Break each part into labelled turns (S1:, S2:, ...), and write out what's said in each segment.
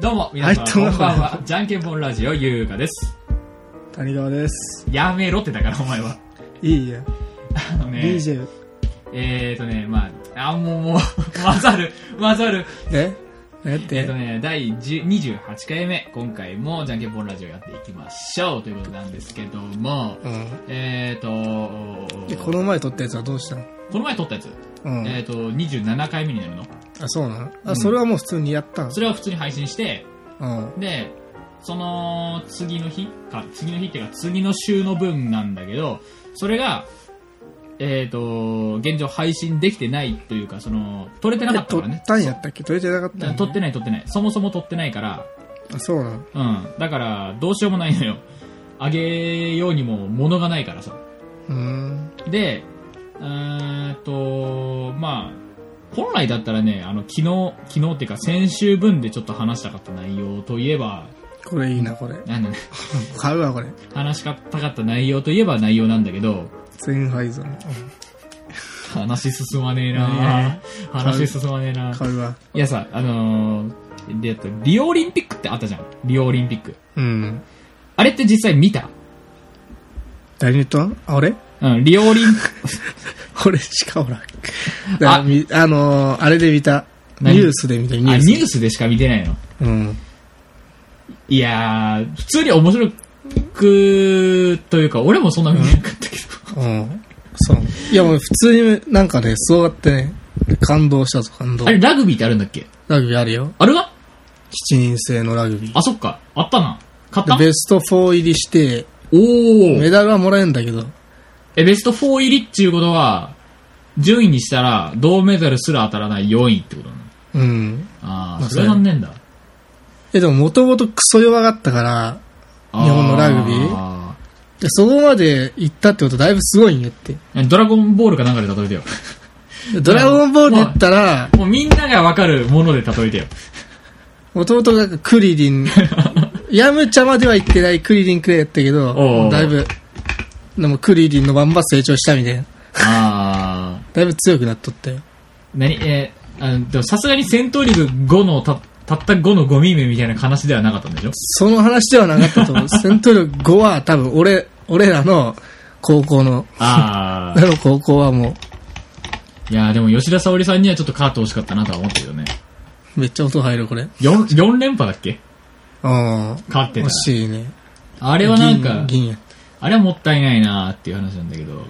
S1: どうも、皆さん、
S2: はいどうも
S1: こんばんは。じゃんけんぽんラジオ、ゆうかです。
S2: 谷川です。
S1: やめろってだから、お前は。
S2: いいや。
S1: あのね、
S2: DJ。
S1: えーとね、まあ、あ、もう、 もう、混ざる、混ざる。
S2: え
S1: え
S2: えっ
S1: ーと
S2: て
S1: ね、第10 28回目、今回も、じゃんけんぽんラジオやっていきましょう、ということなんですけども、
S2: うん。
S1: えー
S2: で、
S1: と、
S2: この前撮ったやつはどうしたの
S1: この前撮ったやつ、
S2: うん。
S1: えーと、27回目になるの
S2: あ、そうなの
S1: うん
S2: あ、それはもう普通にやったの
S1: それは普通に配信して、
S2: うん。
S1: で、その次の日か、次の日っていうか次の週の分なんだけど、それが、えっ、と、現状配信できてないというか、その、撮れてなか
S2: で
S1: っ、た
S2: 撮
S1: からね
S2: っ。たんやったっけ撮れてなかった
S1: だ
S2: の
S1: 撮ってない撮ってない。そもそも撮ってないから、
S2: あ、そうなの
S1: うん。だから、どうしようもないのよ。あげようにも物がないからさ。
S2: うーん。
S1: で、えーっと、まあ、本来だったらね、あの、昨日、昨日っていうか先週分でちょっと話したかった内容といえば、
S2: これいいな、これ。
S1: なんだね、
S2: 買うわ、これ。
S1: 話したかった内容といえば内容なんだけど、
S2: ゼンハイゾン。
S1: 話進まねえな話進まねえな
S2: 買うわ。
S1: いやさ、あのー、で、えっとリオオリンピックってあったじゃん。リオオリンピック。
S2: うん。
S1: あれって実際見た
S2: 誰に言ったのあ俺
S1: うん、リオオリン、
S2: 俺しかおらん。あ、みあのー、あれで見た。ニ
S1: 何
S2: ュースで見た、ニュ
S1: あ、
S2: ー
S1: ニュ
S2: ス。
S1: ースでしか見てないの。
S2: うん。
S1: いやー、普通に面白く、というか、俺もそんな見なかったけど。
S2: うん。そう。いや、もう普通になんかね、すごかったね。感動したぞ、感動
S1: あ。れ、ラグビーってあるんだっけ
S2: ラグビーあるよ。
S1: あるが
S2: 7人制のラグビー。
S1: あ、そっか。あったな。勝った
S2: でベスト4入りして、
S1: おー。
S2: メダルはもらえんだけど、
S1: え、ベスト4入りっていうことは、順位にしたら、銅メダルすら当たらない4位ってことなの。
S2: うん。
S1: あ
S2: ま
S1: あ、
S2: あ
S1: それは残念だ。
S2: え、でももともとクソ弱かったから、
S1: あー
S2: 日本のラグビーでそこまで行ったってことだいぶすごいんやって。
S1: えドラゴンボールかなんかで例えてよ。
S2: でドラゴンボールで言ったら、
S1: もうみんながわかるもので例えてよ。
S2: もともとがクリリ ン、ヤムチャまでは行ってないクリリンくらいやったけ
S1: おう
S2: ど、だいぶ、でもクリリンのまんま成長したみたいな。
S1: ああ。
S2: だいぶ強くなっとったよ。
S1: 何えーあの、でもさすがに戦闘力5のた、たった5のゴミ目みたいな話ではなかったんでしょ
S2: その話ではなかっ たと思う。戦闘力5は多分俺、俺らの高校の、
S1: ああ。
S2: 俺らの高校はも
S1: いやーでも吉田沙保里さんにはちょっとカート欲しかったなとは思ったけどね。
S2: う、めっちゃ音入るこれ。
S1: 4、4連覇だっけ
S2: うん。
S1: 勝ってた
S2: 惜
S1: ら。
S2: しいね。
S1: あれはなんか、
S2: 銀銀や。
S1: あれはもったいないなーっていう話なんだけど。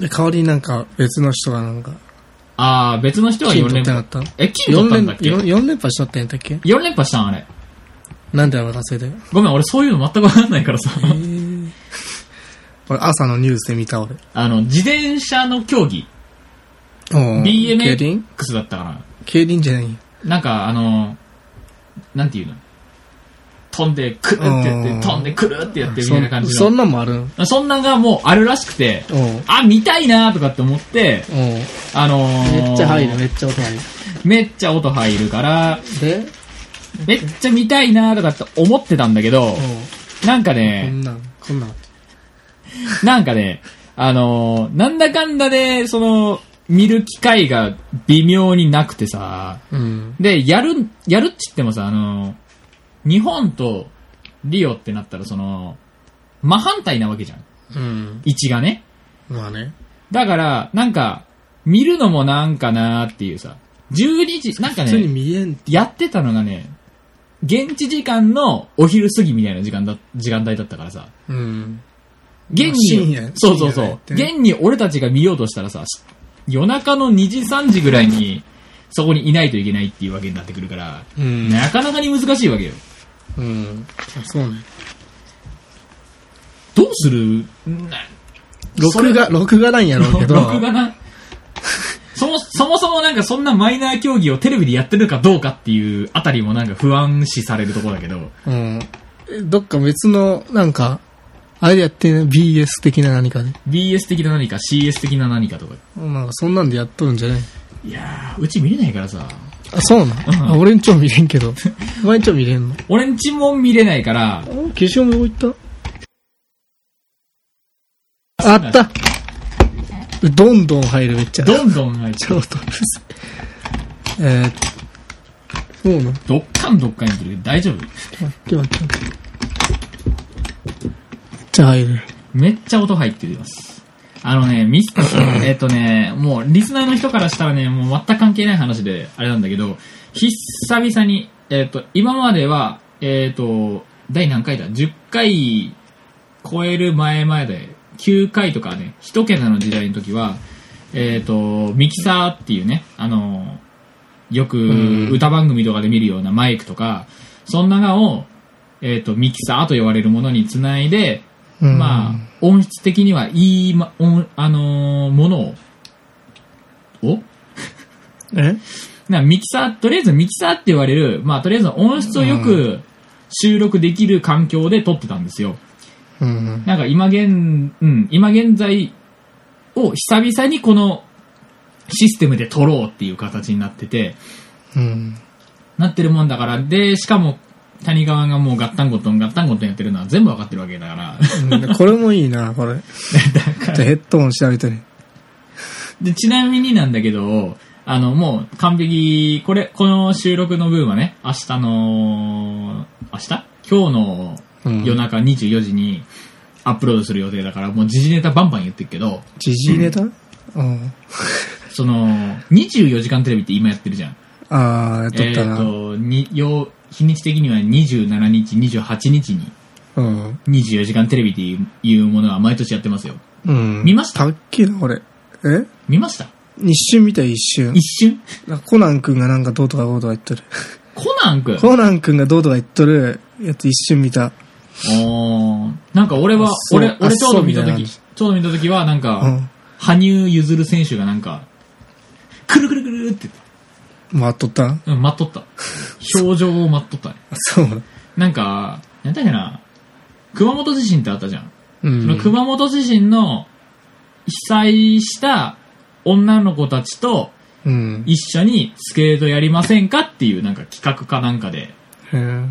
S2: で、代わりになんか別の人がなんか、
S1: ああ、別の人は
S2: 金
S1: 4
S2: 取
S1: 連
S2: ってな
S1: 覇。
S2: かった
S1: え、金取っ
S2: 四
S1: たん
S2: 連
S1: だっけ ?4
S2: 四連覇しとったんやったっけ
S1: 連覇したんあれ。
S2: なんで忘れて。
S1: ごめん、俺そういうの全くわかんないからさ。
S2: 俺朝のニュースで見た俺。
S1: あの、自転車の競技、
S2: うん競輪
S1: BMX だったかな。
S2: 競輪じゃないよ
S1: なんか、あの、なんていうの飛んでくるってやっ
S2: う
S1: て、
S2: ん
S1: 飛んでくるってやってみたいな感
S2: そん
S1: じ
S2: そ
S1: の。
S2: んなんもあるん
S1: そんなんがもうあるらしくて、
S2: おう
S1: あ、見たいなーとかって思って、
S2: おう
S1: あのー、
S2: めっちゃ入る、めっちゃ音入る。
S1: めっちゃ音入るから、
S2: で、
S1: めっちゃ見たいなーとかって思ってたんだけど
S2: おう、
S1: なんか
S2: こ
S1: ね、
S2: んなん、こんなん。
S1: なんかね、あのー、なんだかんだで、その、見る機会が微妙になくてさ、
S2: うん。
S1: で、やる、やるっつってもさ、あの、日本とリオってなったら、その、真反対なわけじゃん。
S2: うん。
S1: 位置がね。
S2: まあね。
S1: だから、なんか、見るのもなんかなーっていうさ、12時、なんか
S2: 普通に
S1: ね、
S2: 見えん。
S1: やってたのがね、現地時間のお昼過ぎみたいな時間だ、時間帯だったからさ、
S2: うん。
S1: 現
S2: 深
S1: に
S2: 夜、
S1: そうそうそ
S2: 深夜だ
S1: う
S2: っ、てね
S1: 現に俺たちが見ようとしたらさ、夜中の2時3時ぐらいに、そこにいないといけないっていうわけになってくるから、
S2: うん
S1: なかなかに難しいわけよ。
S2: うん。あそうね。
S1: どうするなそれ
S2: 録画、録画なんやろうけど。
S1: 録画な。 そも、そもそもなんかそんなマイナー競技をテレビでやってるかどうかっていうあたりもなんか不安視されるところだけど、
S2: うん。えどっか別の、なんか、あれでやってね、BS 的な何かね。
S1: BS 的な何か CS 的な何かとか。
S2: なんかそんなんでやっとるんじゃない
S1: いやー、うち見れないからさ。
S2: あ、そうなん、あ俺んちも見れんけ ど。お前んちも見れんの
S1: 俺んちも見れないから、
S2: あ消しゴムどこ行ったああったどん どん入るめっちゃ。
S1: どんどん入っちゃ
S2: ちょっとうるさいえー、そうなの。
S1: どっかんどっかんに来るけど大丈夫
S2: ちょっと待って待って待って。めっちゃ入る。
S1: めっちゃ音入ってます。あのね、ミス、えっとね、もうリスナーの人からしたらね、もう全く関係ない話で、あれなんだけど、久々に、えっと、今までは、えっと、第何回だ ?10 回超える前々で、9回とかね、一桁の時代の時は、えっと、ミキサーっていうね、あの、よく
S2: ん
S1: 歌番組とかで見るようなマイクとか、そんなのを、えっと、ミキサーと呼ばれるものにつないで、
S2: うん
S1: まあ、音質的にはいい、ま、音あのーものを、お
S2: え
S1: なミキサー、とりあえずミキサーって言われる、まあ、とりあえず音質をよく収録できる環境で撮ってたんですよ。
S2: うん。
S1: なんか今現、うん、今現在を久々にこのシステムで撮ろうっていう形になってて、
S2: うん。
S1: なってるもんだから、で、しかも谷川がもうガッタンゴトンガッタンゴトンやってるのは全部わかってるわけだから。
S2: うんこれもいいな、これ。ちょっとヘッドホン調べたり。
S1: で、ちなみになんだけど、あの、もう完璧、これ、この収録の分はね、明日の、明日今日の夜中24時にアップロードする予定だから、もう時事ネタバンバン言ってるけど、
S2: ジジイネタうん。
S1: その、24時間テレビって今やってるじゃん。
S2: あー、やっと
S1: え
S2: っ
S1: った
S2: な。
S1: と、に、よう日にち的には27日、28日に
S2: うん。
S1: 24時間テレビっていういうものは毎年やってますよ。
S2: うん。
S1: 見ました
S2: たっけな、これ。え
S1: 見ました
S2: 一瞬見たよ一瞬
S1: 一。瞬
S2: コナン君がなんかどうとかこうとか言っとる。
S1: コナンくん
S2: コナン君がどうとか言っとるやつ一瞬見た。
S1: おーなんか俺は
S2: あ、そう
S1: 俺、
S2: あ
S1: 俺ちょう
S2: そ
S1: ど
S2: う
S1: 見た
S2: みたいな
S1: 時
S2: 感じ
S1: ちょうど見た時はなん
S2: う
S1: か、
S2: ん。
S1: 羽生結弦選手がなんか、くるくるくるって、
S2: 回っとったん
S1: うん、待っとった。表情を待っとったね。
S2: あそう。
S1: なんか、なんだっけな、熊本地震ってあったじゃん。
S2: う
S1: その
S2: ん。
S1: 熊本地震の被災した女の子たちと
S2: うん。
S1: 一緒にスケートやりませんかっていうなんか企画かなんかで。
S2: へー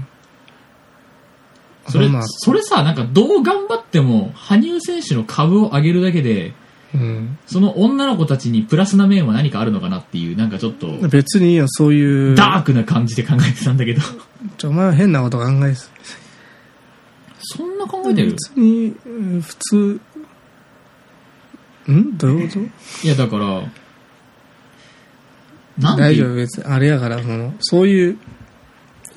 S1: それ
S2: あんな、
S1: それさ、なんかどう頑張っても、羽生選手の株を上げるだけで、
S2: うん。
S1: その女の子たちにプラスな面は何かあるのかなっていう、なんかちょっと、
S2: 別にいいよ、そういう。
S1: ダークな感じで考えてたんだけど。
S2: ちょ、お前は変なこと考えす。
S1: そんな考えてる
S2: 別に、うん普通、んどういうこ
S1: いや、だから、な
S2: と
S1: んて
S2: 大
S1: い
S2: 丈夫、
S1: う
S2: 別に。あれやから、その、そういう、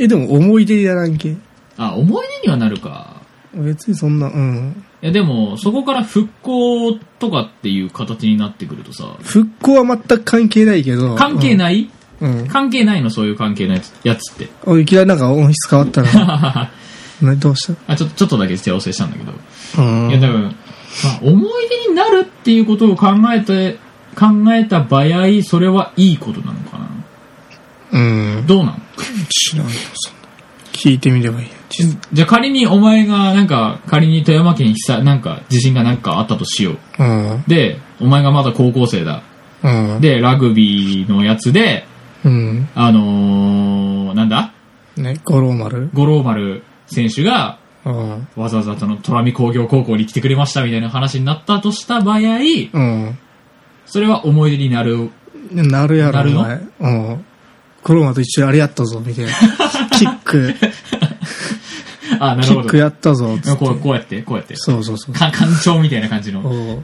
S2: え、でも思い出やらんけ。
S1: あ、思い出にはなるか。
S2: 別にそんな、うん。
S1: いや、でも、そこから復興とかっていう形になってくるとさ、
S2: 復興は全く関係ないけど。
S1: 関係ない、
S2: うん。うん。
S1: 関係ないの、そういう関係のやつやつって。
S2: おいきなりなんか音質変わったら、
S1: あ、
S2: 何どうし
S1: ちょっと、ちょっとだけ調整したんだけど。
S2: たうん。
S1: いや、だから、まあ、思い出になるっていうことを考えて、考えた場合、それはいいことなのかな。
S2: うん。
S1: どうなの
S2: 知らんよ、そんな。聞いてみればいいよ。
S1: じゃあ仮にお前がなんか仮に富山県被災なんか地震がなんかあったとしよう。
S2: うん。
S1: で、お前がまだ高校生だ。
S2: うん。
S1: で、ラグビーのやつで、
S2: うん。
S1: あのー、なんだ
S2: ね、五郎丸
S1: 五郎丸選手が
S2: うん。
S1: わざわざその虎見工業高校に来てくれましたみたいな話になったとした場合、
S2: うん。
S1: それは思い出になる。
S2: なるやろ、
S1: なるの
S2: お前。うん。コロナと一緒にあれやったぞ、み たいな。キック、
S1: あ、な
S2: キ
S1: るほ
S2: ッ
S1: ど。
S2: クやったぞ、つって
S1: こうこうやって、こうやって。
S2: そうそうそう。
S1: か干潮みたいな感じの。
S2: おうい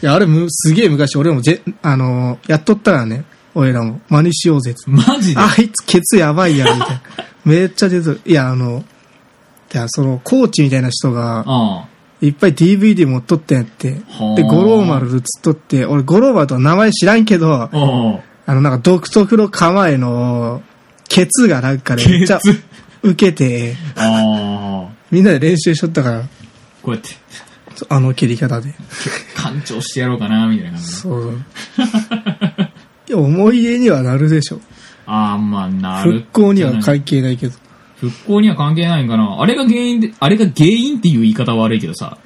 S2: や、あれむ、すげえ昔、俺もぜ、あのーやっとったらね、俺らも、真似しようぜ、つって
S1: マジで
S2: あいつ、ケツやばいやん、みたいな。 めっちゃ出てる。いや、あの、いや、その、コーチみたいな人が、
S1: あ
S2: いっぱい DVD 持っとったんやって。
S1: はあ
S2: で、五郎丸映っとって、俺、五郎丸とは名前知らんけど、
S1: あ。おう
S2: あの、なんか独特の構えの、ケツがなんかね、めっちゃ
S1: ケツ
S2: 受けて、
S1: ああ。
S2: みんなで練習しとったから、
S1: こうやって。
S2: そあの切り方で。
S1: 干潮してやろうかな、みたいな感じの。
S2: そう。いや、思い出にはなるでしょ。
S1: ああ、まあ、なる。
S2: 復興には
S1: 関係
S2: 関係ないけど。
S1: 復興には関係ないんかな。あれが原因で、あれが原因っていう言い方は悪いけどさ。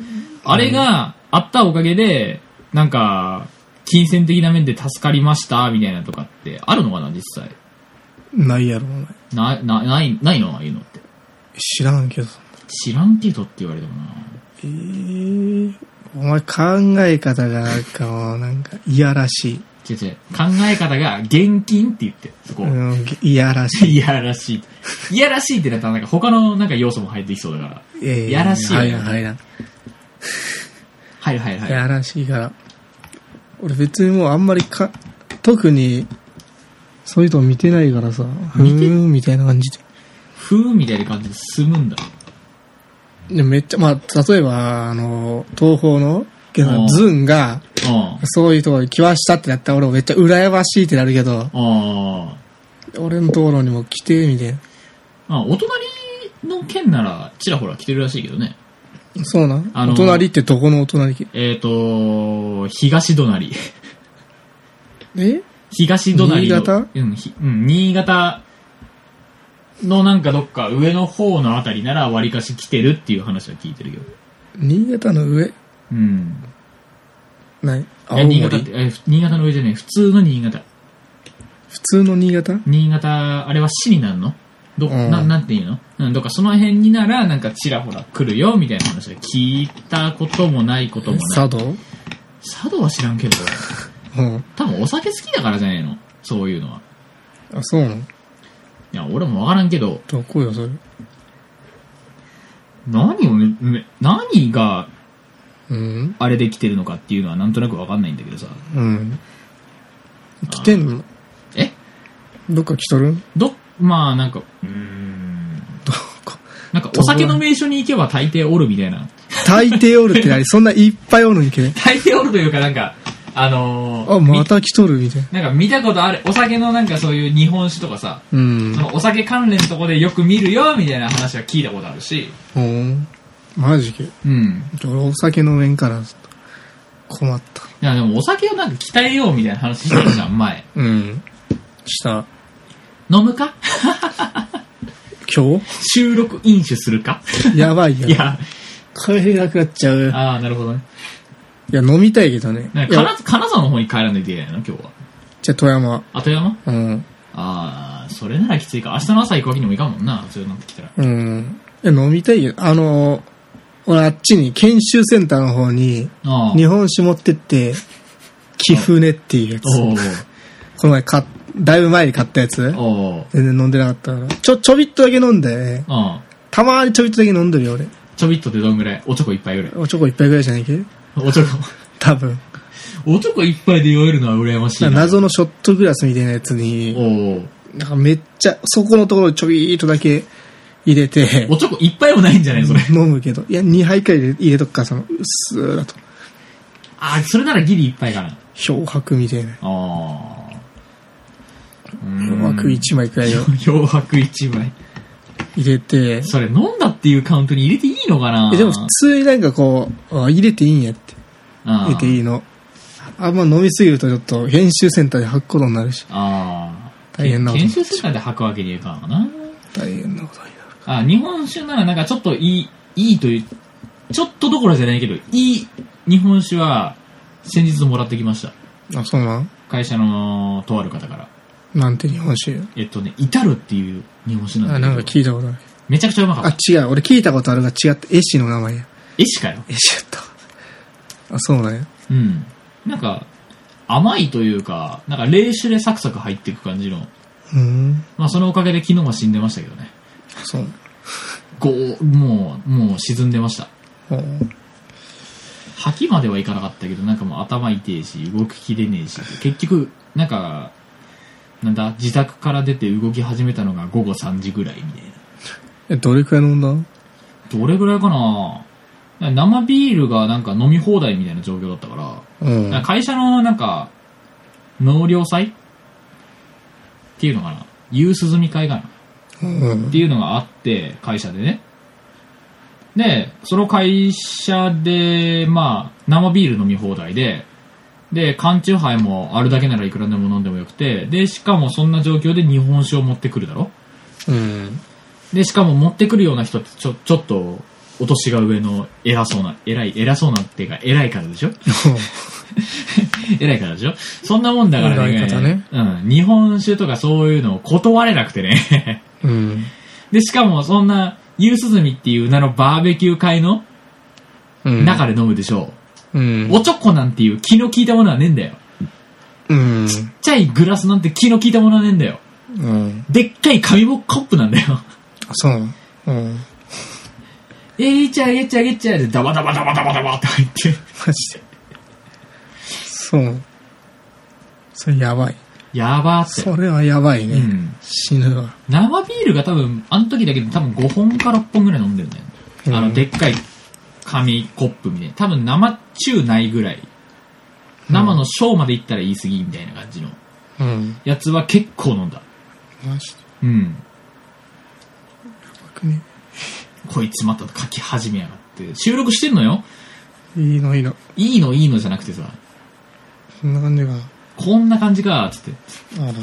S1: あれがあったおかげで、なんか、金銭的な面で助かりました、みたいなとかって、あるのかな、実際。
S2: ないやろ、お前。
S1: な、な、ない、ないのああいうのって。
S2: 知らんけど。
S1: 知らんけどって言われてもな。
S2: ええお前考え方がなんか、もうなんか、いやらしい。
S1: 違う違う。考え方が現金って言って、そこ。
S2: うん、いやらしい。
S1: いやらしい。いやらしいってなったら、なんか他のなんか要素も入ってきそうだから。
S2: え え
S1: いやらしいよ
S2: は
S1: ね
S2: いはいはい。
S1: 入る入る
S2: い
S1: 入る。
S2: やらしいから。俺別にもうあんまりか、特に、そういうとこ見てないからさ、ふーんみたいな感じ
S1: ふーみたいな感じで進むんだ。
S2: で。でめっちゃ、まあ、例えば、あの、東方の、け
S1: う
S2: ど
S1: ん
S2: ズンが、
S1: うん。
S2: そういうところに来ましたってなったら俺もめっちゃ羨ましいってなるけど、
S1: あ
S2: 俺のところにも来て、みたい
S1: あ。あ、お隣の県なら、ちらほら来てるらしいけどね。
S2: な。そうなん、
S1: あの
S2: お隣ってどこのお隣
S1: えっ、と、東隣。
S2: え
S1: 東隣の。
S2: 新潟
S1: うん、ひうん、新潟のなんかどっか上の方のあたりなら、わりかし来てるっていう話は聞いてるけど。
S2: 新潟の上
S1: うん。
S2: ない青
S1: え、新潟って
S2: 森。、
S1: え、ふ新潟の上じゃねえ、普通の新潟。
S2: 普通の新潟
S1: 新潟、あれは市になるのど、
S2: うん
S1: ななんていうのうん、どっかその辺になら、なんかちらほら来るよ、みたいな話は聞いたこともないこともない。
S2: 佐渡
S1: 佐渡は知らんけど、
S2: うん。
S1: 多分お酒好きだからじゃねえのそういうのは。
S2: あ、そうなの
S1: いや、俺もわからんけど、
S2: どこよ、それ。
S1: 何をめ、め何が
S2: うん
S1: あれで来てるのかっていうのはなんとなくわかんないんだけどさ。
S2: うん。来てんの
S1: え
S2: どっか来と るん
S1: ど、まあなんか、うーん。
S2: どこ
S1: なんかお酒の名所に行けば大抵おるみたいな。
S2: 大抵おるってなり、そんないっぱいおるんけ。
S1: 大抵おるというかなんか、あのー
S2: あ、また来とるみたいな。
S1: なんか見たことある、お酒のなんかそういう日本酒とかさ、
S2: うん
S1: そ。のお酒関連のとこでよく見るよ、みたいな話は聞いたことあるし。
S2: ほん。マジで。
S1: うん。
S2: 俺お酒の縁から困った。
S1: いやでもお酒をなんか鍛えようみたいな話してたじゃん、前。
S2: うん。した。
S1: 飲むか
S2: 今
S1: 収録飲酒するか
S2: 日やばいよ。
S1: い。や、
S2: 帰れなくなっちゃう。
S1: ああ、なるほどね。
S2: いや、飲みたいけどね。
S1: なん
S2: い
S1: か
S2: や、
S1: 金金沢の方に帰らないといけないの、今日は。
S2: じゃあ富山。
S1: 後山
S2: うん。
S1: ああ、それならきついか。明日の朝行くわけにもいかんもんな、そうなってきたら。
S2: うん。いや、飲みたいけど、あの、俺あっちに研修センターの方に、
S1: ああ。
S2: 日本酒持ってって、貴船っていうやつ。
S1: おう
S2: この前買っ、だいぶ前に買ったやつ。
S1: おうおう
S2: 全然飲んでなかったから。ちょ、ちょびっとだけ飲んで、ね、
S1: ああ。
S2: たまにちょびっとだけ飲んでるよ、俺。
S1: ちょびっとでどんぐらいおちょこ一杯ぐらい。
S2: おチョコ一杯ぐらいじゃないっけ
S1: おちょこ。
S2: 多分。
S1: おちょこ一杯で酔えるのは羨ましいな。
S2: 謎のショットグラスみたいなやつに、
S1: おう
S2: なんかめっちゃ、そこのところちょびっとだけ入れて
S1: お、ちょこ一杯もないんじゃないそれ。
S2: 飲むけど。いや、2杯くらい入れ入れとくから、その、うっすーだと。
S1: ああ、それならギリ一杯かな。
S2: 漂白みたいな。
S1: ああ。
S2: 漂白一枚くらいを
S1: 漂白一枚。
S2: 入れて、
S1: それ飲んだっていうカウントに入れていいのかな
S2: えでも普通になんかこう、あ入れていいんやって。
S1: 入
S2: 入れてい
S1: い。
S2: いの。あんま飲みすぎるとちょっと、編集センターで吐くことになるし、
S1: ああ。
S2: 大変なこと
S1: 研修センターで吐くわけにはいかんわな。
S2: 大変なことになる。
S1: あ、日本酒ならなんかちょっといい、いいという、ちょっとどころじゃないけど、いい日本酒は先日もらってきました。
S2: あ、そうなん
S1: 会社のとある方から。
S2: なんて日本酒
S1: えっとね、至るっていう日本酒な
S2: あ、
S1: んだ
S2: な
S1: け
S2: ん
S1: ど
S2: か聞いたことある。
S1: めちゃくちゃうまかっ
S2: あ
S1: た。、
S2: 違う。俺聞いたことあるが違って、絵師の名前や。
S1: えしかよ。
S2: 絵師やった。あ、そうなんや。
S1: うん。なんか、甘いというか、なんか冷酒でサクサク入っていく感じの。
S2: うーん。
S1: まあそのおかげで昨日は死んでましたけどね。
S2: そう。
S1: こう、もう、もう沈んでました。
S2: ほう
S1: 吐きまではいかなかったけど、なんかもう頭痛いし、動ききれねえし、結局、なんか、なんだ、自宅から出て動き始めたのが午後3時ぐらいみたい
S2: え、どれくらい飲んだ
S1: な。どれぐらいかな生ビールがなんか飲み放題みたいな状況だったから、
S2: うん。
S1: なんか会社のなんか、納涼祭っていうのかな夕涼み会かな
S2: うん
S1: っていうのがあって、会社でね。で、その会社で、まあ、生ビール飲み放題で、で、缶チューハイもあるだけならいくらでも飲んでもよくて、で、しかもそんな状況で日本酒を持ってくるだろ
S2: うん。
S1: で、しかも持ってくるような人ってちょ、ちょっと、お年が上の偉そうな、偉い、偉そうなっていうか、偉いからでしょ 偉いからでしょそんなもんだから
S2: 偉い方ね
S1: うん。日本酒とかそういうのを断れなくてね。
S2: うん。
S1: で、しかもそんな、夕涼みっていう名のバーベキュー会の
S2: うん。
S1: 中で飲むでしょ
S2: う
S1: う。
S2: ん。
S1: おちょこなんていう気の利いたものはねえんだよ。
S2: うん。
S1: ちっちゃいグラスなんて気の利いたものはねえんだよ。
S2: うん。
S1: でっかい紙もコップなんだよ。
S2: そうなのうん。
S1: えー、いっちゃえ、いっちゃえ、いっちゃえで、ダバダバダバダバダバって入って。
S2: マジで。そうなのそれやばい。
S1: やばーって。
S2: それはやばいうね。
S1: ん。
S2: 死ぬわ。
S1: 生ビールが多分、あの時だけで多分5本か6本ぐらい飲んでるんだよね。
S2: うん
S1: あの、でっかい紙コップみたいな。多分生中ないぐらい。生の小まで行ったら言い過ぎみたいな感じの
S2: うん。
S1: やつは結構飲んだ。
S2: マジで。
S1: うん。
S2: やばくね。
S1: こいつまた書き始めやがって。収録してんのよ
S2: いいのいいの。
S1: いいのいいのじゃなくてさ、
S2: そんな感じかな。
S1: こんな感じか、つって。
S2: あら。
S1: ち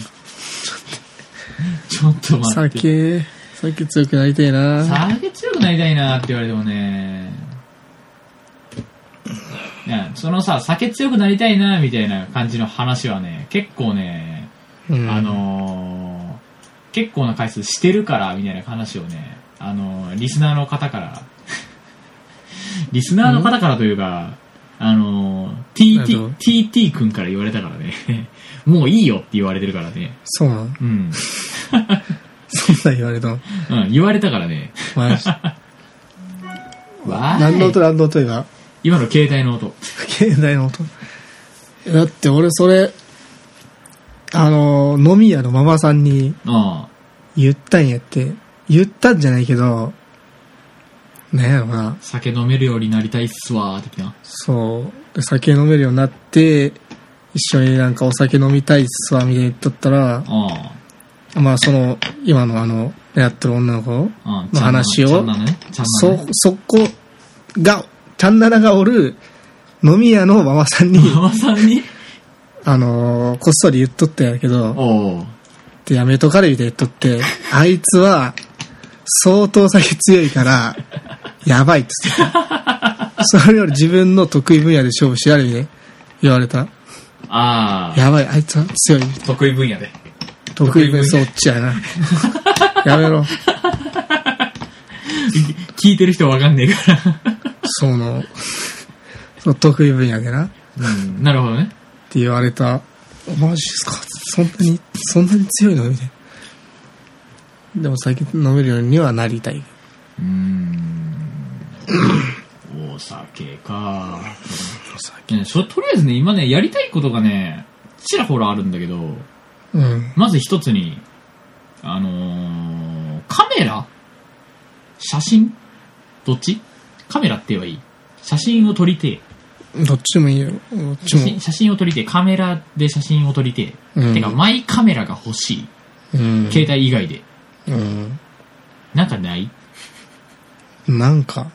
S1: ょっと待って。
S2: 酒、酒強くなりたいな。
S1: 酒強くなりたいなって言われてもね。いや、そのさ、酒強くなりたいなみたいな感じの話はね、結構ね、
S2: うん
S1: あ、のー結構な回数してるから、みたいな話をね、あのーリスナーの方から、 リスナーの方からというか、あのー
S2: あの
S1: TT、TT 君から言われたからね、 もういいよって言われてるからね、
S2: そうなの
S1: うん。
S2: そんな言われたの。
S1: うん、言われたからね。
S2: マ ジで。
S1: わーい
S2: 何の音何の音今。
S1: 今の携帯の音。
S2: 携帯の音。だって俺それ、あの、飲み屋のママさんに
S1: ああ、
S2: 言ったんやって。言ったんじゃないけど、なんやろな。
S1: 酒飲めるようになりたいっすわー、的な。
S2: そう。で酒飲めるようになって、一緒になんかお酒飲みたいっすわ、みたいに言っとったら、
S1: あ
S2: まあその、今のあの、やってる女の子
S1: あ、ああ
S2: まあ話を
S1: ちゃんなのね。ちゃんなの
S2: そ
S1: ね。、
S2: そこが、チャンナラがおる飲み屋のママさんに、
S1: ママさんに
S2: あのーこっそり言っとったんやけど、
S1: おお。
S2: ってやめとかれみたいに言っとって、あいつは、相当酒強いから、やばいっつって た。それより自分の得意分野で勝負しやるね。言われた。
S1: ああ、
S2: やばい、あいつは強い。
S1: 得意分野で。
S2: 得意分野
S1: 得
S2: そ
S1: 意分野
S2: っちや な。やめろ。
S1: 聞いてる人わかんねえから。
S2: その、その得意分野でな。
S1: うん、なるほどね。
S2: って言われた。マジっすかそんなに、そんなに強いのみたいな。でも酒飲めるようにはなりたい。
S1: うーん。お酒かね、そとりあえずね、今ね、やりたいことがね、ちらほらあるんだけど、
S2: うん。
S1: まず一つに、あのーカメラ写真どっちカメラって言えばいい写真を撮りてえ
S2: どっちもいいよ。どっ
S1: 写
S2: ちも。
S1: 真。写真を撮りてえカメラで写真を撮りてえ
S2: うん
S1: てか、マイカメラが欲しい。
S2: うん。
S1: 携帯以外で。
S2: うん。
S1: なんかない
S2: なんか、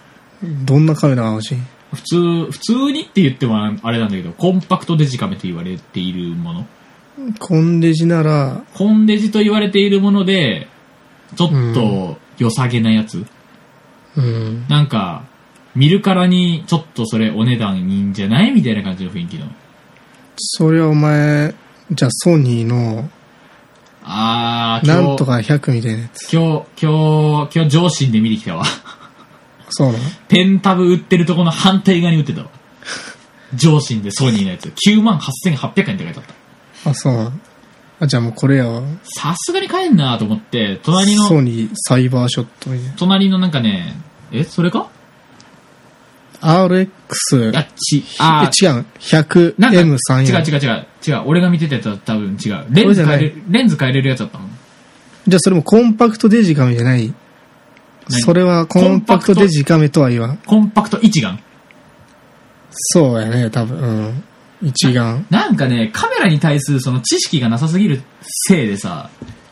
S2: どんなカメラが欲しい
S1: 普通、普通にって言ってもあれなんだけど、コンパクトデジカメと言われているもの。
S2: コンデジなら、
S1: コンデジと言われているもので、ちょっ
S2: う
S1: と良さげなやつ。
S2: うん。
S1: なんか、見るからに、ちょっとそれお値段いいんじゃないみたいな感じの雰囲気の。
S2: それはお前、じゃあソニーの、
S1: あー、今日、
S2: なんとか100みたいなやつ。
S1: 今日、今日、今日上心で見てきたわ。
S2: そうな
S1: ペンタブ売ってるとこの反対側に売ってたわ。上心でソニーのやつ。98,800円って書いてあった。
S2: あ、そうなあ、じゃあもうこれやわ。
S1: さすがに買えんなと思って、隣
S2: ソ
S1: の、
S2: ニーサイバーショットみたい
S1: 隣のなんかね、え、それか
S2: な。RX。
S1: あ、ち、あー、
S2: 違う。100M3
S1: 違う
S2: や。
S1: 違う違う。違う。俺が見てたやつは多分違う。レンズ変えれる、レンズ変えれるやつだったもん。
S2: じゃあそれもコンパクトデジカメじゃない
S1: 何
S2: それはコンパクトデジカメとは言わん。
S1: コンパクト一眼。
S2: そうやね、多分。うん。一眼。
S1: なんかね、カメラに対するその知識がなさすぎるせいでさ、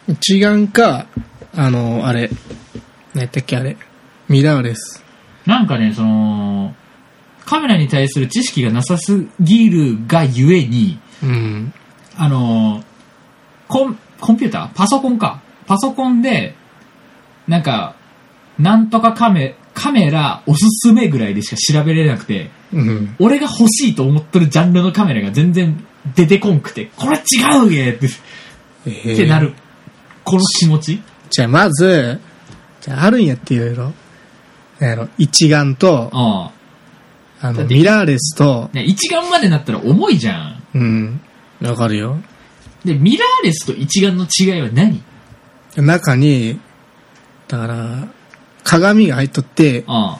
S2: 一眼か、あの、あれ。何やったっけ、あれ。ミラーレス。
S1: なんかね、その、カメラに対する知識がなさすぎるがゆえに、
S2: うん。
S1: あのーコン、コンピューターパソコンか。パソコンで、なんか、なんとかカメ、カメラおすすめぐらいでしか調べれなくて、
S2: うん。
S1: 俺が欲しいと思っとるジャンルのカメラが全然出てこんくて、これ違うげーって、
S2: えー
S1: ってなる。この気持ち
S2: じゃあまず、じゃああるんやっていろいろ。なんやろ、一眼と、
S1: ああ。だ
S2: あの、
S1: って
S2: ミラーレスと、
S1: ね、一眼までなったら重いじゃん。
S2: うん。わかるよ。
S1: で、ミラーレスと一眼の違いは何
S2: 中に、だから、鏡が入っとって、
S1: あ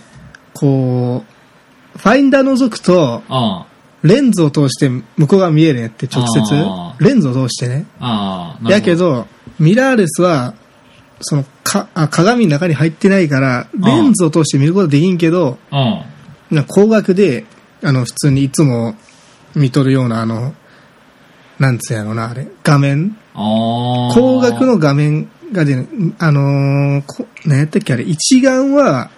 S2: こう、ファインダー覗くと、
S1: あ、ああ、
S2: レンズを通して向こうが見えるんやって、直接
S1: あ。ー
S2: レンズを通してね。
S1: ああ、なるほ
S2: やけ、ど、ミラーレスは、そのかあ、鏡の中に入ってないから、レンズを通して見ることできんけど、
S1: うん。
S2: な光学で、あの、普通にいつも見とるような、あの、なんつうやろな、あれ、画面
S1: ああ。
S2: 光学の画面が出る、あのー、こ何やったっけあれ、一眼は、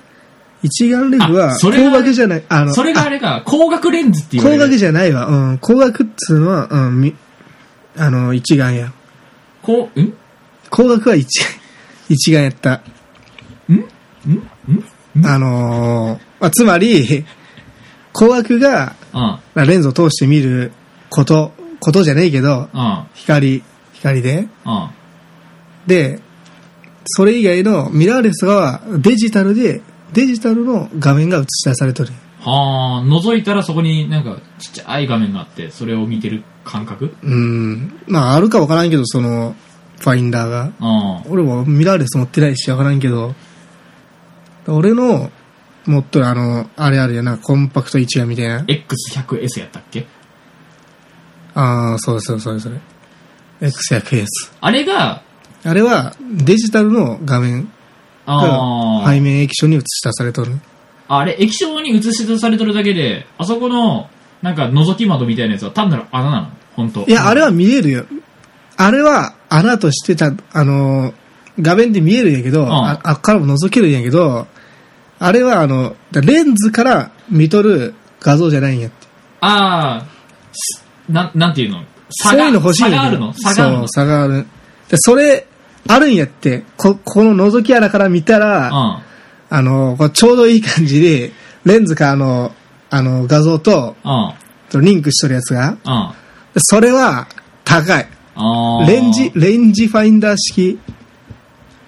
S2: 一眼レンズは、
S1: あそれが
S2: 光学じゃない、あの、
S1: それがあれか、光学レンズって言われる。
S2: 光学じゃないわ。うん、光学っつうのは、うん、み、あの、一眼や。
S1: こう、ん
S2: 光学は一、 一眼やった。
S1: んん
S2: あのーまあ、つまり、光学が、
S1: あ
S2: まあレンズを通して見ること、ことじゃねえけど
S1: あ、、あ
S2: 光、光で。
S1: あ、あ
S2: で、それ以外のミラーレスはデジタルで、デジタルの画面が映し出されとる。
S1: あ。はあ、覗いたらそこになんかちっちゃい画面があって、それを見てる感覚
S2: うん。まあ、あるかわからんけど、その、ファインダーが。
S1: ああ、
S2: 俺もミラーレス持ってないし、わからんけど、俺の、持っとるあの、あれあるやな、コンパクト一眼みたいな。
S1: X100S やったっけ
S2: ああ、そうそう、それそれ。X や KS。
S1: あれが、
S2: あれは、デジタルの画面
S1: あ
S2: が
S1: あ、
S2: 背面液晶に映し出されとる。
S1: あれ、液晶に映し出されてるだけで、あそこの、なんか覗き窓みたいなやつは単なる穴なの本当
S2: いや、あれは見えるよ。あれは、穴としてた、あのー、画面で見えるんやけど、
S1: ん
S2: ああっからも覗けるんやけど、あれは、あの、だレンズから見とる画像じゃないんやって。
S1: ああ、すなん、なんていうの差
S2: そう
S1: が
S2: いうの欲しいん
S1: 差
S2: や
S1: があ
S2: け
S1: る
S2: ど
S1: の差があるの
S2: そう、差がある。で、それ、あるんやって。こ、この覗き穴から見たら、
S1: うん。
S2: あの、こうちょうどいい感じで、レンズかあの、あの、画像と、
S1: うん。
S2: とリンクしとるやつが、
S1: うん。
S2: それは、高い。
S1: あー
S2: レンジ、レンジファインダー式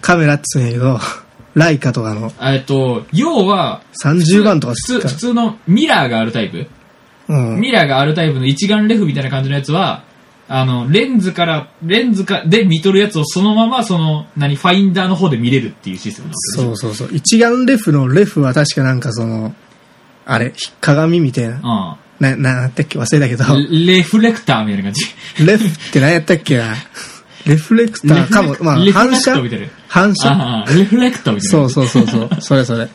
S2: カメラっつうんやけど、 ライカとかの
S1: えっと、要は、
S2: 30万とかす
S1: 普
S2: るか
S1: 通、普通のミラーがあるタイプ、
S2: ら。うん。
S1: ミラーがあるタイプの一眼レフみたいな感じのやつは、あの、レンズから、レンズか、で見とるやつをそのまま、その、何、ファインダーの方で見れるっていうシステムなんですよ。
S2: そうそうそう。一眼レフのレフは確かなんかその、あれ、鏡みたいな。な、な、なんだっけ忘れたけど、
S1: うん。レフレクターみたいな感じ。
S2: レフって何やったっけ な。レフレクターかも
S1: レフレ、ク
S2: まあ、
S1: レフレ
S2: 反
S1: クタ
S2: 射
S1: ーみたいな
S2: 反射
S1: あーレフレクターみたいな
S2: そ
S1: 感
S2: う
S1: じ。
S2: そうそうそう。 それそれ。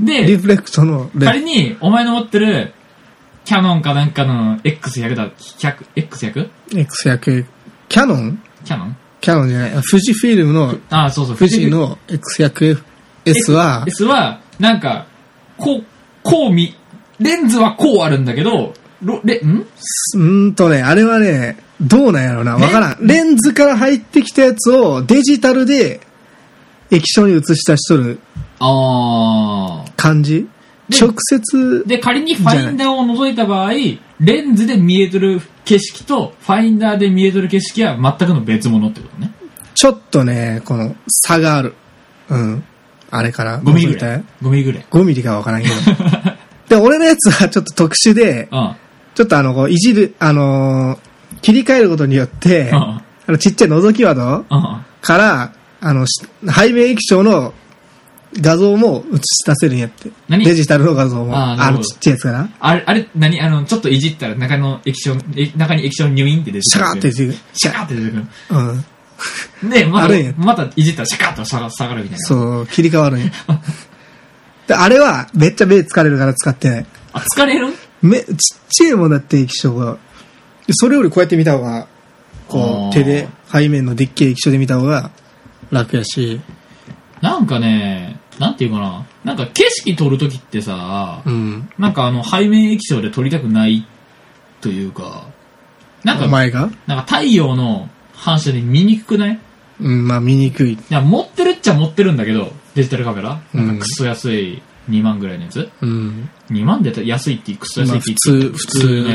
S2: リ
S1: で、
S2: フレクトのレフ
S1: 仮に、お前の持ってる、キャノンかなんかの X100 だ、100、X100?
S2: X100、キャノン
S1: キャノン
S2: キャノンじゃない。富士フィルムの、
S1: あーそうそう、
S2: 富士の X100S は、
S1: S は、なんか、こう、こう見、レンズはこうあるんだけど、ロレ、ん
S2: うーんとね、あれはね、どうなんやろな。わからん。レンズから入ってきたやつをデジタルで液晶に映し出しとる
S1: あ
S2: 感じ
S1: で
S2: 直接、
S1: で、仮にファインダーを覗いた場合、レンズで見えとる景色と、ファインダーで見えとる景色は全くの別物ってことね。
S2: ちょっとね、この差がある。うん。あれかな
S1: 5ミリ
S2: 覗
S1: ぐ
S2: い
S1: ら
S2: た
S1: い。5ミリぐらい。
S2: 5ミリかわからんけど。 で、俺のやつはちょっと特殊で、
S1: うん。
S2: ちょっとあの、こう、いじる、あのー切り替えることによって、
S1: うん
S2: あの、ちっちゃい覗き窓
S1: うん。
S2: から、あの、し背面液晶の画像も映し出せるんやって。
S1: 何
S2: デジタルの画像も。
S1: あー
S2: あ
S1: なるほど
S2: の、ちっちゃいやつから。
S1: あれ、あれ、何あの、ちょっといじったら中の液晶、え中に液晶ニュインって出てくる。
S2: シャカーって出てくる
S1: シャカーって出てくる。
S2: うん。
S1: で、ま
S2: あるんや
S1: た、またいじったらシャカーっと下が下がるみたいな。
S2: そう、切り替わるんや。で、あれは、めっちゃ目疲れるから使ってない。
S1: あ、疲れる
S2: 目、ちっちゃいもんだって液晶が。でそれよりこうやって見た方が、
S1: あ
S2: こ
S1: ー
S2: う、手で、背面のでっけえ液晶で見た方が楽やし。
S1: なんかね、なんていうかな。なんか景色撮るときってさ
S2: う、ん。
S1: なんかあの背面液晶で撮りたくないというか、なん
S2: お
S1: か、
S2: 前が
S1: なんか太陽の反射で見にくくないい
S2: うん、まあ見にくい。
S1: や、持ってるっちゃ持ってるんだけど、デジタルカメラ
S2: うん
S1: なんかクソ安い2万ぐらいのやつ
S2: うん。
S1: ?2 万で安いってクソ安
S2: ま
S1: い
S2: あ
S1: って
S2: 普
S1: 言って
S2: 通、普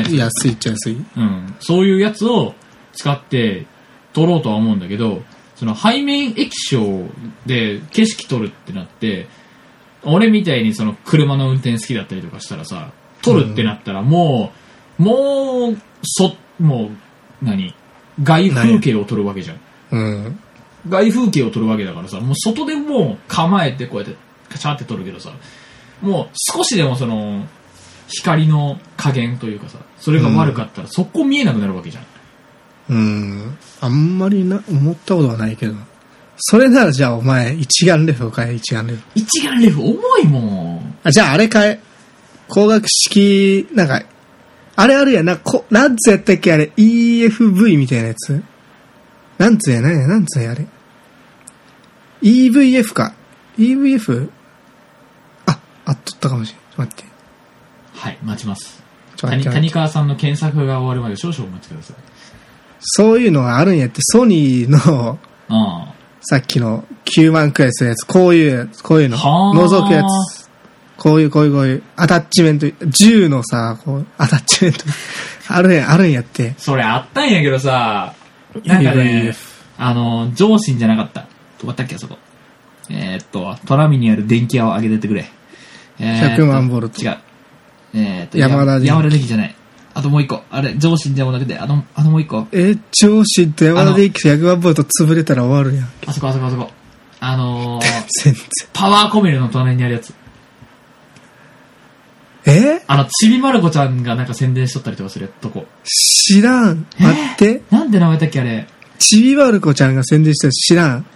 S2: 通、
S1: ね。
S2: 安いっちゃ安い。
S1: うん。そういうやつを使って撮ろうとは思うんだけど、その背面液晶で景色撮るってなって、俺みたいにその車の運転好きだったりとかしたらさ、撮るってなったらもう、もうそ、もう、何外風景を撮るわけじゃん。
S2: うん。
S1: 外風景を撮るわけだからさ、もう外でもう構えてこうやってカチャって撮るけどさ、もう少しでもその、光の加減というかさ、それが悪かったらそこ見えなくなるわけじゃん。
S2: うん。あんまりな、思ったことはないけど。それならじゃあお前、一眼レフを買え、一眼レフ。
S1: 一眼レフ重いもん。
S2: あ、じゃああれ買え。光学式、なんか、あれあるやんな、こ、なんつうやったっけあれ、EFV みたいなやつなんつうや、なんや、なんつうや、あれ。EVF か。EVF? あ、あっとったかもしれん。ちょっと待って。
S1: はい、待ちます。
S2: ちょっと
S1: 谷
S2: 待って。
S1: 谷川さんの検索が終わるまで少々お待ちください。
S2: そういうのがあるんやって、ソニーの、
S1: あ
S2: さっきの9万くらいするやつ、こういう、こういうの。
S1: はあ
S2: 覗くやつ。こういう、こういう、こういう。アタッチメント、銃のさ、こう、アタッチメント。 あるんや、あるんやって。
S1: それあったんやけどさ、なんかね、あの、上信じゃなかった。どこだったっけ、あそこ。えー、っと、トラミにある電気屋を上げてってくれ。えーっと
S2: 100万ボルト
S1: 違う。えー、っと、
S2: 山田電機
S1: 山田電機じゃない。あともう一個。あれ、上信でもなくて、あの、あのもう一個。
S2: え、上司と山田電機と100万ボルト潰れたら終わるやん。
S1: あそこ、あそこ、あそこ。あ のー、
S2: 全然。
S1: パワーコメルの隣にあるやつ。
S2: え
S1: あの、ちびまる子ちゃんがなんか宣伝しとったりとかするとこ。
S2: 知らん。待って。
S1: なんて名前だっけ、あれ。
S2: ちびまる子ちゃんが宣伝したら知らん。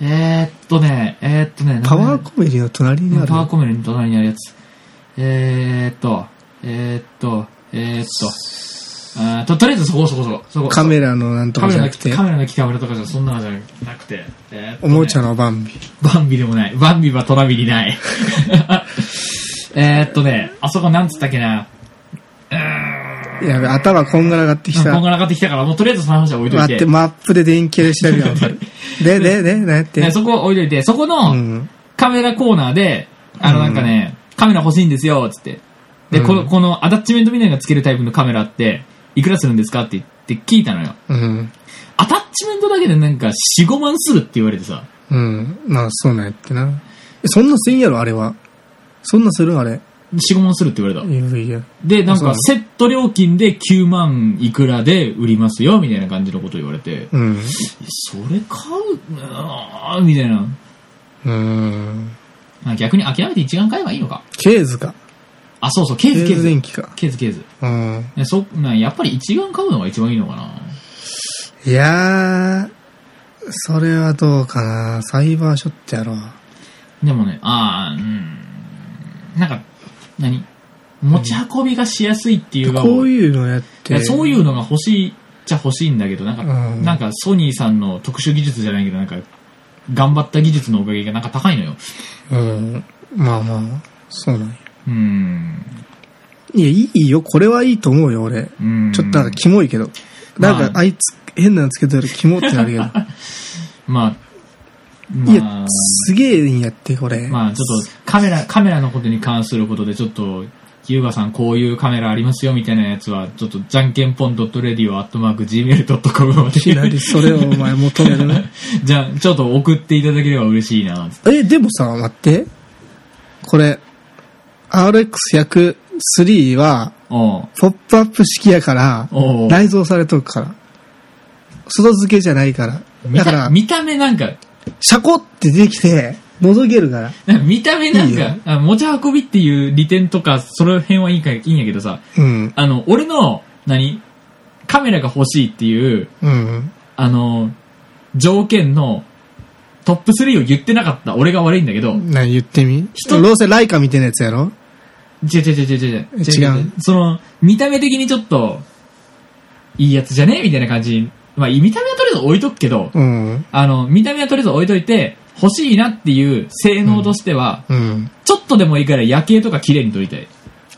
S1: えー、っとね、えー、っとね、
S2: パワーコメディの隣にある。
S1: パワーコメルの隣にあるやつ。えー、っと、えー、っと、えー、っと、あーと、とりあえずそこそこそこ、そこ。
S2: カメラのなんと
S1: カ
S2: か
S1: メ
S2: じゃ
S1: ラ
S2: な
S1: の
S2: くて
S1: カ、メラの機械とかじゃそんなのじゃなくて、えーっと
S2: お
S1: ね
S2: もちゃのバンビ。
S1: バンビでもない。バンビはトラビにない。 えーっとね、あそこなんつったっけな。
S2: やべ、頭こんがらがってき
S1: こん
S2: た。
S1: がらがってきたから、もうとりあえずその話は置いとい。
S2: 待ってて、マップで電気屋で調べたらわかる。 で、で、で、なんやって。
S1: ねそこは置いといて、そこ
S2: う
S1: の
S2: ん。
S1: カメラコーナーで、あのなんかね、カメラ欲しいんですよ、つって。で、こ
S2: う
S1: の、
S2: ん
S1: このアタッチメントみたいなのがつけるタイプのカメラって、いくらするんですかって言って聞いたのよ。
S2: うん。
S1: アタッチメントだけでなんか4、5万するって言われてさ。
S2: うん。まあ、そうなんやってな。え、そんなすんやろ、あれは。そんなするんあれ。
S1: 4、5万するって言われた。
S2: UV や。
S1: で、なん
S2: そうな
S1: か
S2: の
S1: セット料金で9万いくらで売りますよ、みたいな感じのこと言われて、
S2: うん。
S1: それ買うなぁみたいな。
S2: うん。
S1: まあ逆に諦めて一眼買えばいいのか。
S2: ケーズか。
S1: あ、そうそう、ケー
S2: ケ
S1: ズ、ケ
S2: ー
S1: ー
S2: ズ
S1: ズ。
S2: 電気か。
S1: ケーズ、ケーズ。
S2: うん。
S1: ねそなやっぱり一眼買うのが一番いいのかない
S2: やー、それはどうかな。サイバーショットやろ。
S1: でもね、ああ、うん。なんか、何持ち運びがしやすいっていうか、
S2: こういうのやっ
S1: い
S2: て。
S1: やそういうのが欲しいっちゃ欲しいんだけど、なんか、
S2: うん
S1: なんかソニーさんの特殊技術じゃないけど、なんか、頑張った技術のおかげがなんか高いのよ。
S2: うん。まあまあ、そうなんや。
S1: うーん。
S2: いや、いいよ。これはいいと思うよ、俺。
S1: うーん
S2: ちょっとなんかキモいけど。なん
S1: ま
S2: か
S1: あ
S2: あいつ変なのつけてるキモってなる けど。
S1: まあ、ま
S2: い
S1: あ
S2: や、、すげえんやって、これ。
S1: まあ、ちょっとカメラ、カメラのことに関することで、ちょっと、ゆうがさんこういうカメラありますよみたいなやつは、ちょっと、じゃんけんぽん .radio.gmail.com ま
S2: いきな
S1: で。
S2: りそれをお前求 めるね。
S1: じゃあ、ちょっと送っていただければ嬉しいな、つって
S2: え、でもさ、待って。これ、RX103 は、
S1: おう
S2: ポップアップ式やから、
S1: おう
S2: 内蔵されとくから。外付けじゃないから。
S1: 見
S2: だ
S1: た
S2: から、
S1: 見た目なんか、
S2: シャコってできて、覗けるから。
S1: なんか見た目なん
S2: いい
S1: か
S2: よ
S1: あ持ち運びっていう利点とか、その辺はいいか、いいんやけどさ、
S2: うん。
S1: あの、俺の、何カメラが欲しいっていう、
S2: うん。
S1: あの、条件のトップ3を言ってなかった俺が悪いんだけど、
S2: な、言ってみ
S1: 人
S2: ローセライカみたいなやつやろ
S1: 違う違う違う違う違う。
S2: 違う
S1: その、見た目的にちょっと、いいやつじゃねみたいな感じ。まあ、見た目はとりあえず置いとくけど、
S2: うん。
S1: あの、見た目はとりあえず置いといて、欲しいなっていう性能としては、
S2: うん。
S1: ちょっとでもいいから夜景とか綺麗に撮りたい。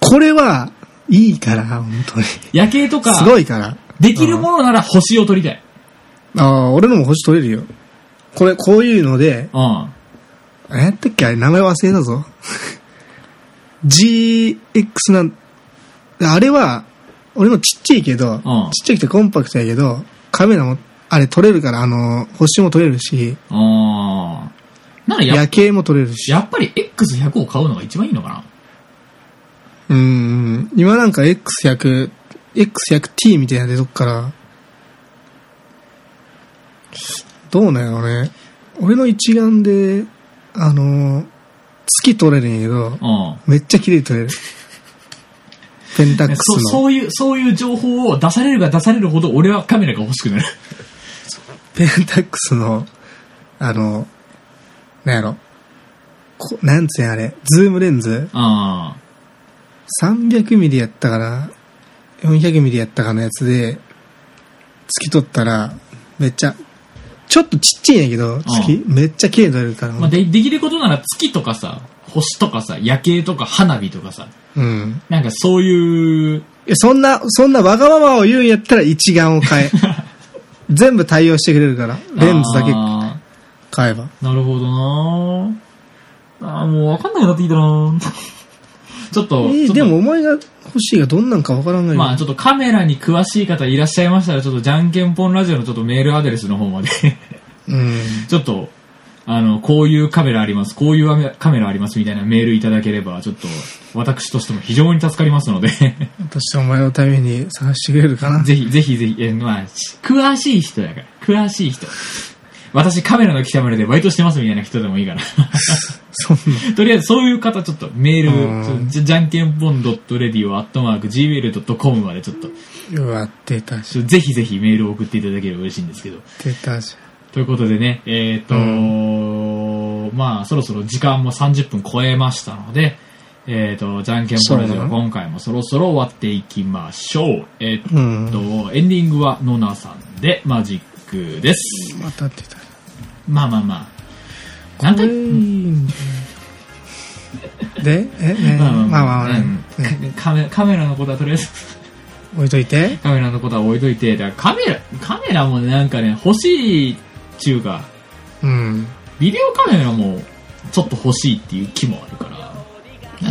S2: これは、いいから、本当に。す
S1: 夜景とか、
S2: ごいから。
S1: できるものなら星を撮りたい。
S2: ああ、俺のも星取れるよ。これ、こういうので、
S1: うん。
S2: 何やったっけあれ、名前忘れたぞ。GX なん、あれは、俺のちっちゃいけど、
S1: ん
S2: ちっちゃくてコンパクトやけど、カメラも、あれ撮れるから、あの、星も撮れるし、
S1: あー。ならや
S2: 夜、景も撮れるし。
S1: やっぱり X100 を買うのが一番いいのかな
S2: うん、今なんか X100 X100T みたいなの出とくから、どうなんやろね。俺の一眼で、あのー月撮れるんやけど、
S1: うん。
S2: めっちゃ綺麗に撮れ る。ペンタック
S1: そ
S2: ス
S1: そ
S2: の。
S1: ういう、そういう情報を出されるが出されるほど俺はカメラが欲しくなる。
S2: ペンタックスの、あの、なんやろ。こなんつうんやあれ、ズームレンズ
S1: あ
S2: ?300 ミリやったかな ?400 ミリやったかのやつで、月撮ったら、めっちゃ、ちょっとちっちゃいんやけど、月、めっちゃ綺麗に撮れるから。
S1: あ。まあ、で、できることなら月とかさ、星とかさ、夜景とか花火とかさ、
S2: うん。
S1: なんかそういう、
S2: いやそんな、そんなわがままを言うんやったら一眼 を買え。全部対応してくれるから。レンズだけ
S1: あ
S2: 買えば。
S1: ーなるほどなーあーもうわかんなくなってきたな ーちょっと、
S2: えー
S1: ちょっと
S2: でもお前が欲しいがどんなんかわからんがよ。
S1: まあちょっとカメラに詳しい方いらっしゃいましたら、ちょっとじゃんけんぽんラジオのちょっとメールアドレスの方まで、
S2: うん。
S1: ちょっと、あの、こういうカメラあります、こういうアメカメラありますみたいなメールいただければ、ちょっと私としても非常に助かりますので、
S2: そしてお前のために探してくれるかな。
S1: ぜひぜひぜひ、えまあ、詳しい人だから、詳しい人。私カメラの記者まででバイトしてますみたいな人でもいいかな。
S2: そん な。
S1: とりあえずそういう方ちょっとメ
S2: うん
S1: ール、じゃじゃんけんぽん .radio.gmail.com までちょっと、
S2: うわ、出たし、
S1: ちょぜひぜひメールを送っていただければ嬉しいんですけど。
S2: 出たし。
S1: ということでね、えっ、と
S2: う
S1: まあ、そろそろ時間も30分超えましたので、えっ、と、じゃんけんぽんラジ
S2: そ
S1: オ、
S2: うなの
S1: 今回もそろそろ終わっていきましょう。えっ、
S2: う
S1: と、
S2: ん。
S1: エンディングはノナさんでマジックです。
S2: また出た。
S1: まあまあまあ。なんか、
S2: これいいんだよで、え、え、まあまあまあ、
S1: うん
S2: ね
S1: カメカメラのことはとりあえず、
S2: 置いといて。
S1: カメラのことは置いといて、だからカメラ、カメラもね、なんかね、欲しいっていうか、
S2: うん。
S1: ビデオカメラもちょっと欲しいっていう気もあるから。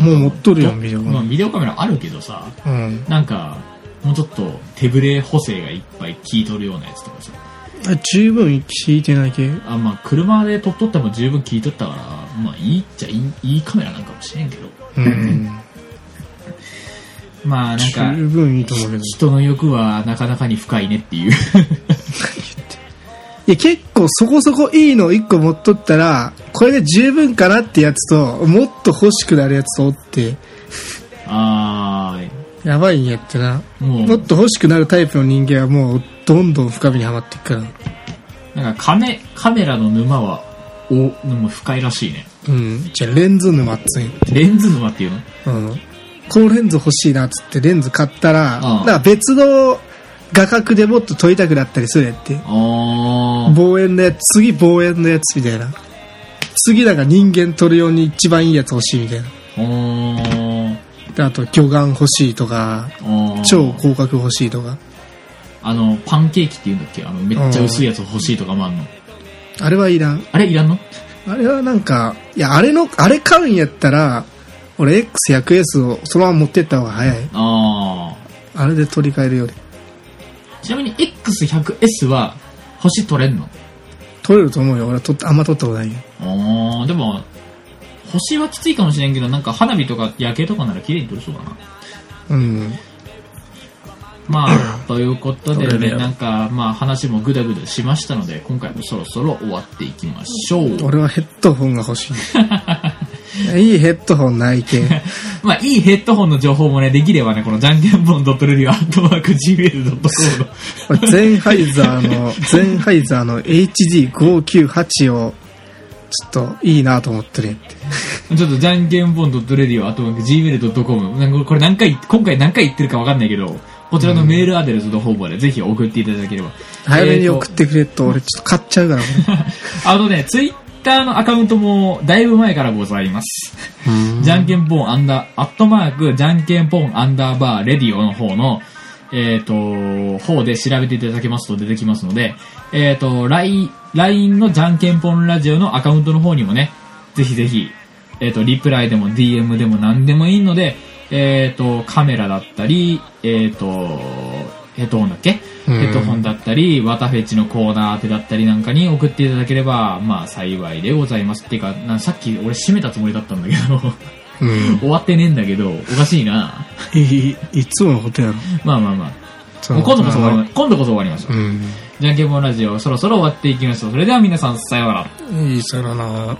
S2: もう持っとるやん、ビデオ。う
S1: まあ、
S2: ん。
S1: ビデオカメラあるけどさ、
S2: あ
S1: なんか、もうちょっと手ぶれ補正がいっぱい効いとるようなやつとかさ。
S2: 十分聞いてないけ。
S1: あ、まあ、車で撮っとっても十分効いとったから、まあ、いいっちゃいいいいカメラなんかもしれんけど。
S2: うん。
S1: まあ、なんか、
S2: 十分いいと思うけど。
S1: 人の欲はなかなかに深いねっていう。
S2: いや、結構そこそこいいの1個持っとったら、これで十分かなってやつと、もっと欲しくなるやつとおって、
S1: あ
S2: やばいんやってな。
S1: ー、も
S2: もっ
S1: う、
S2: と欲しくなるタイプの人間はもう、どんどん深みにはまっていくから。
S1: なんかカメ、カメラの沼は、お、もう深いらしいね。
S2: うん。じゃあ、レンズ沼っつい。
S1: レンズ沼っていうの
S2: うん。このレンズ欲しいなっつってレンズ買ったら、
S1: ああ
S2: なんか別の画角でもっと撮りたくなったりするやって。
S1: あー、
S2: 望遠のやつ、次望遠のやつみたいな。次なんか人間撮るように一番いいやつ欲しいみたいな。
S1: あー、
S2: であと、魚眼欲しいとか、
S1: あー
S2: 超広角欲しいとか。
S1: あの、パンケーキっていうんだっけあの、めっちゃ薄いやつ欲しいとかもあんの。
S2: あれはいらん。
S1: あれいらんの
S2: あれはなんか、いや、あれの、あれ買うんやったら、俺 X100S をそのまま持ってった方が早い。
S1: あ
S2: あれで取り替えるより。
S1: あ。ちなみに X100S は星取れんの
S2: 取れると思うよ。俺はとあんま取ったことないよ。
S1: ああ、でも、星はきついかもしれんけど、なんか花火とか夜景とかなら綺麗に撮れそうだな。
S2: うん。
S1: まあ、ということで
S2: 撮れ
S1: ね、
S2: るよ
S1: なんか、まあ話もぐだぐだしましたので、今回もそろそろ終わっていきましょう。
S2: 俺はヘッドホンが欲しい。いいヘッドホンないけん。
S1: まあ、いいヘッドホンの情報もね、できればね、このじゃんけんぽん .radio.gmail.com の
S2: 俺ゼンハイザー の、ゼンハイザーの HD598 を、ちょっといいなと思ってるんやって。
S1: ちょっとじゃんけんぽん .radio、あと gmail.com、なんかこれ何回、今回何回言ってるかわかんないけど、こちらのメールアドレスの方までぜひ送っていただければ。
S2: 早めに送っ
S1: えーと
S2: てくれと、俺ちょっと買っちゃうから、これ
S1: あのね、ツイッターのアカウントもだいぶ前からございます。じゃんけんぽんアンダー、アットマーク、じゃんけんぽんアンダーバー、レディオの方の、えっ、と、方で調べていただけますと出てきますので、えっ、と、LINE LINE のじゃんけんぽんラジオのアカウントの方にもね、ぜひぜひ、えっ、と、リプライでも DM でも何でもいいので、えっ、と、カメラだったり、えっ、と、ヘッドホンだっけ
S2: うん
S1: ヘッドホンだったり、ワタフェチのコーナー宛てだったりなんかに送っていただければ、まあ幸いでございます。っていうか、なさっき俺締めたつもりだったんだけど、
S2: うん。
S1: 終わってねえんだけど、おかしいな。
S2: い、い、いつものことやろ。
S1: まあまあまあ。
S2: そ
S1: もう今度こそ終わり
S2: う
S1: ま、今度こそ終わりましょう。
S2: ん。
S1: じゃんけんぽんラジオ、そろそろ終わっていきましょう。それでは皆さん、さようなら。
S2: いい、さよなら。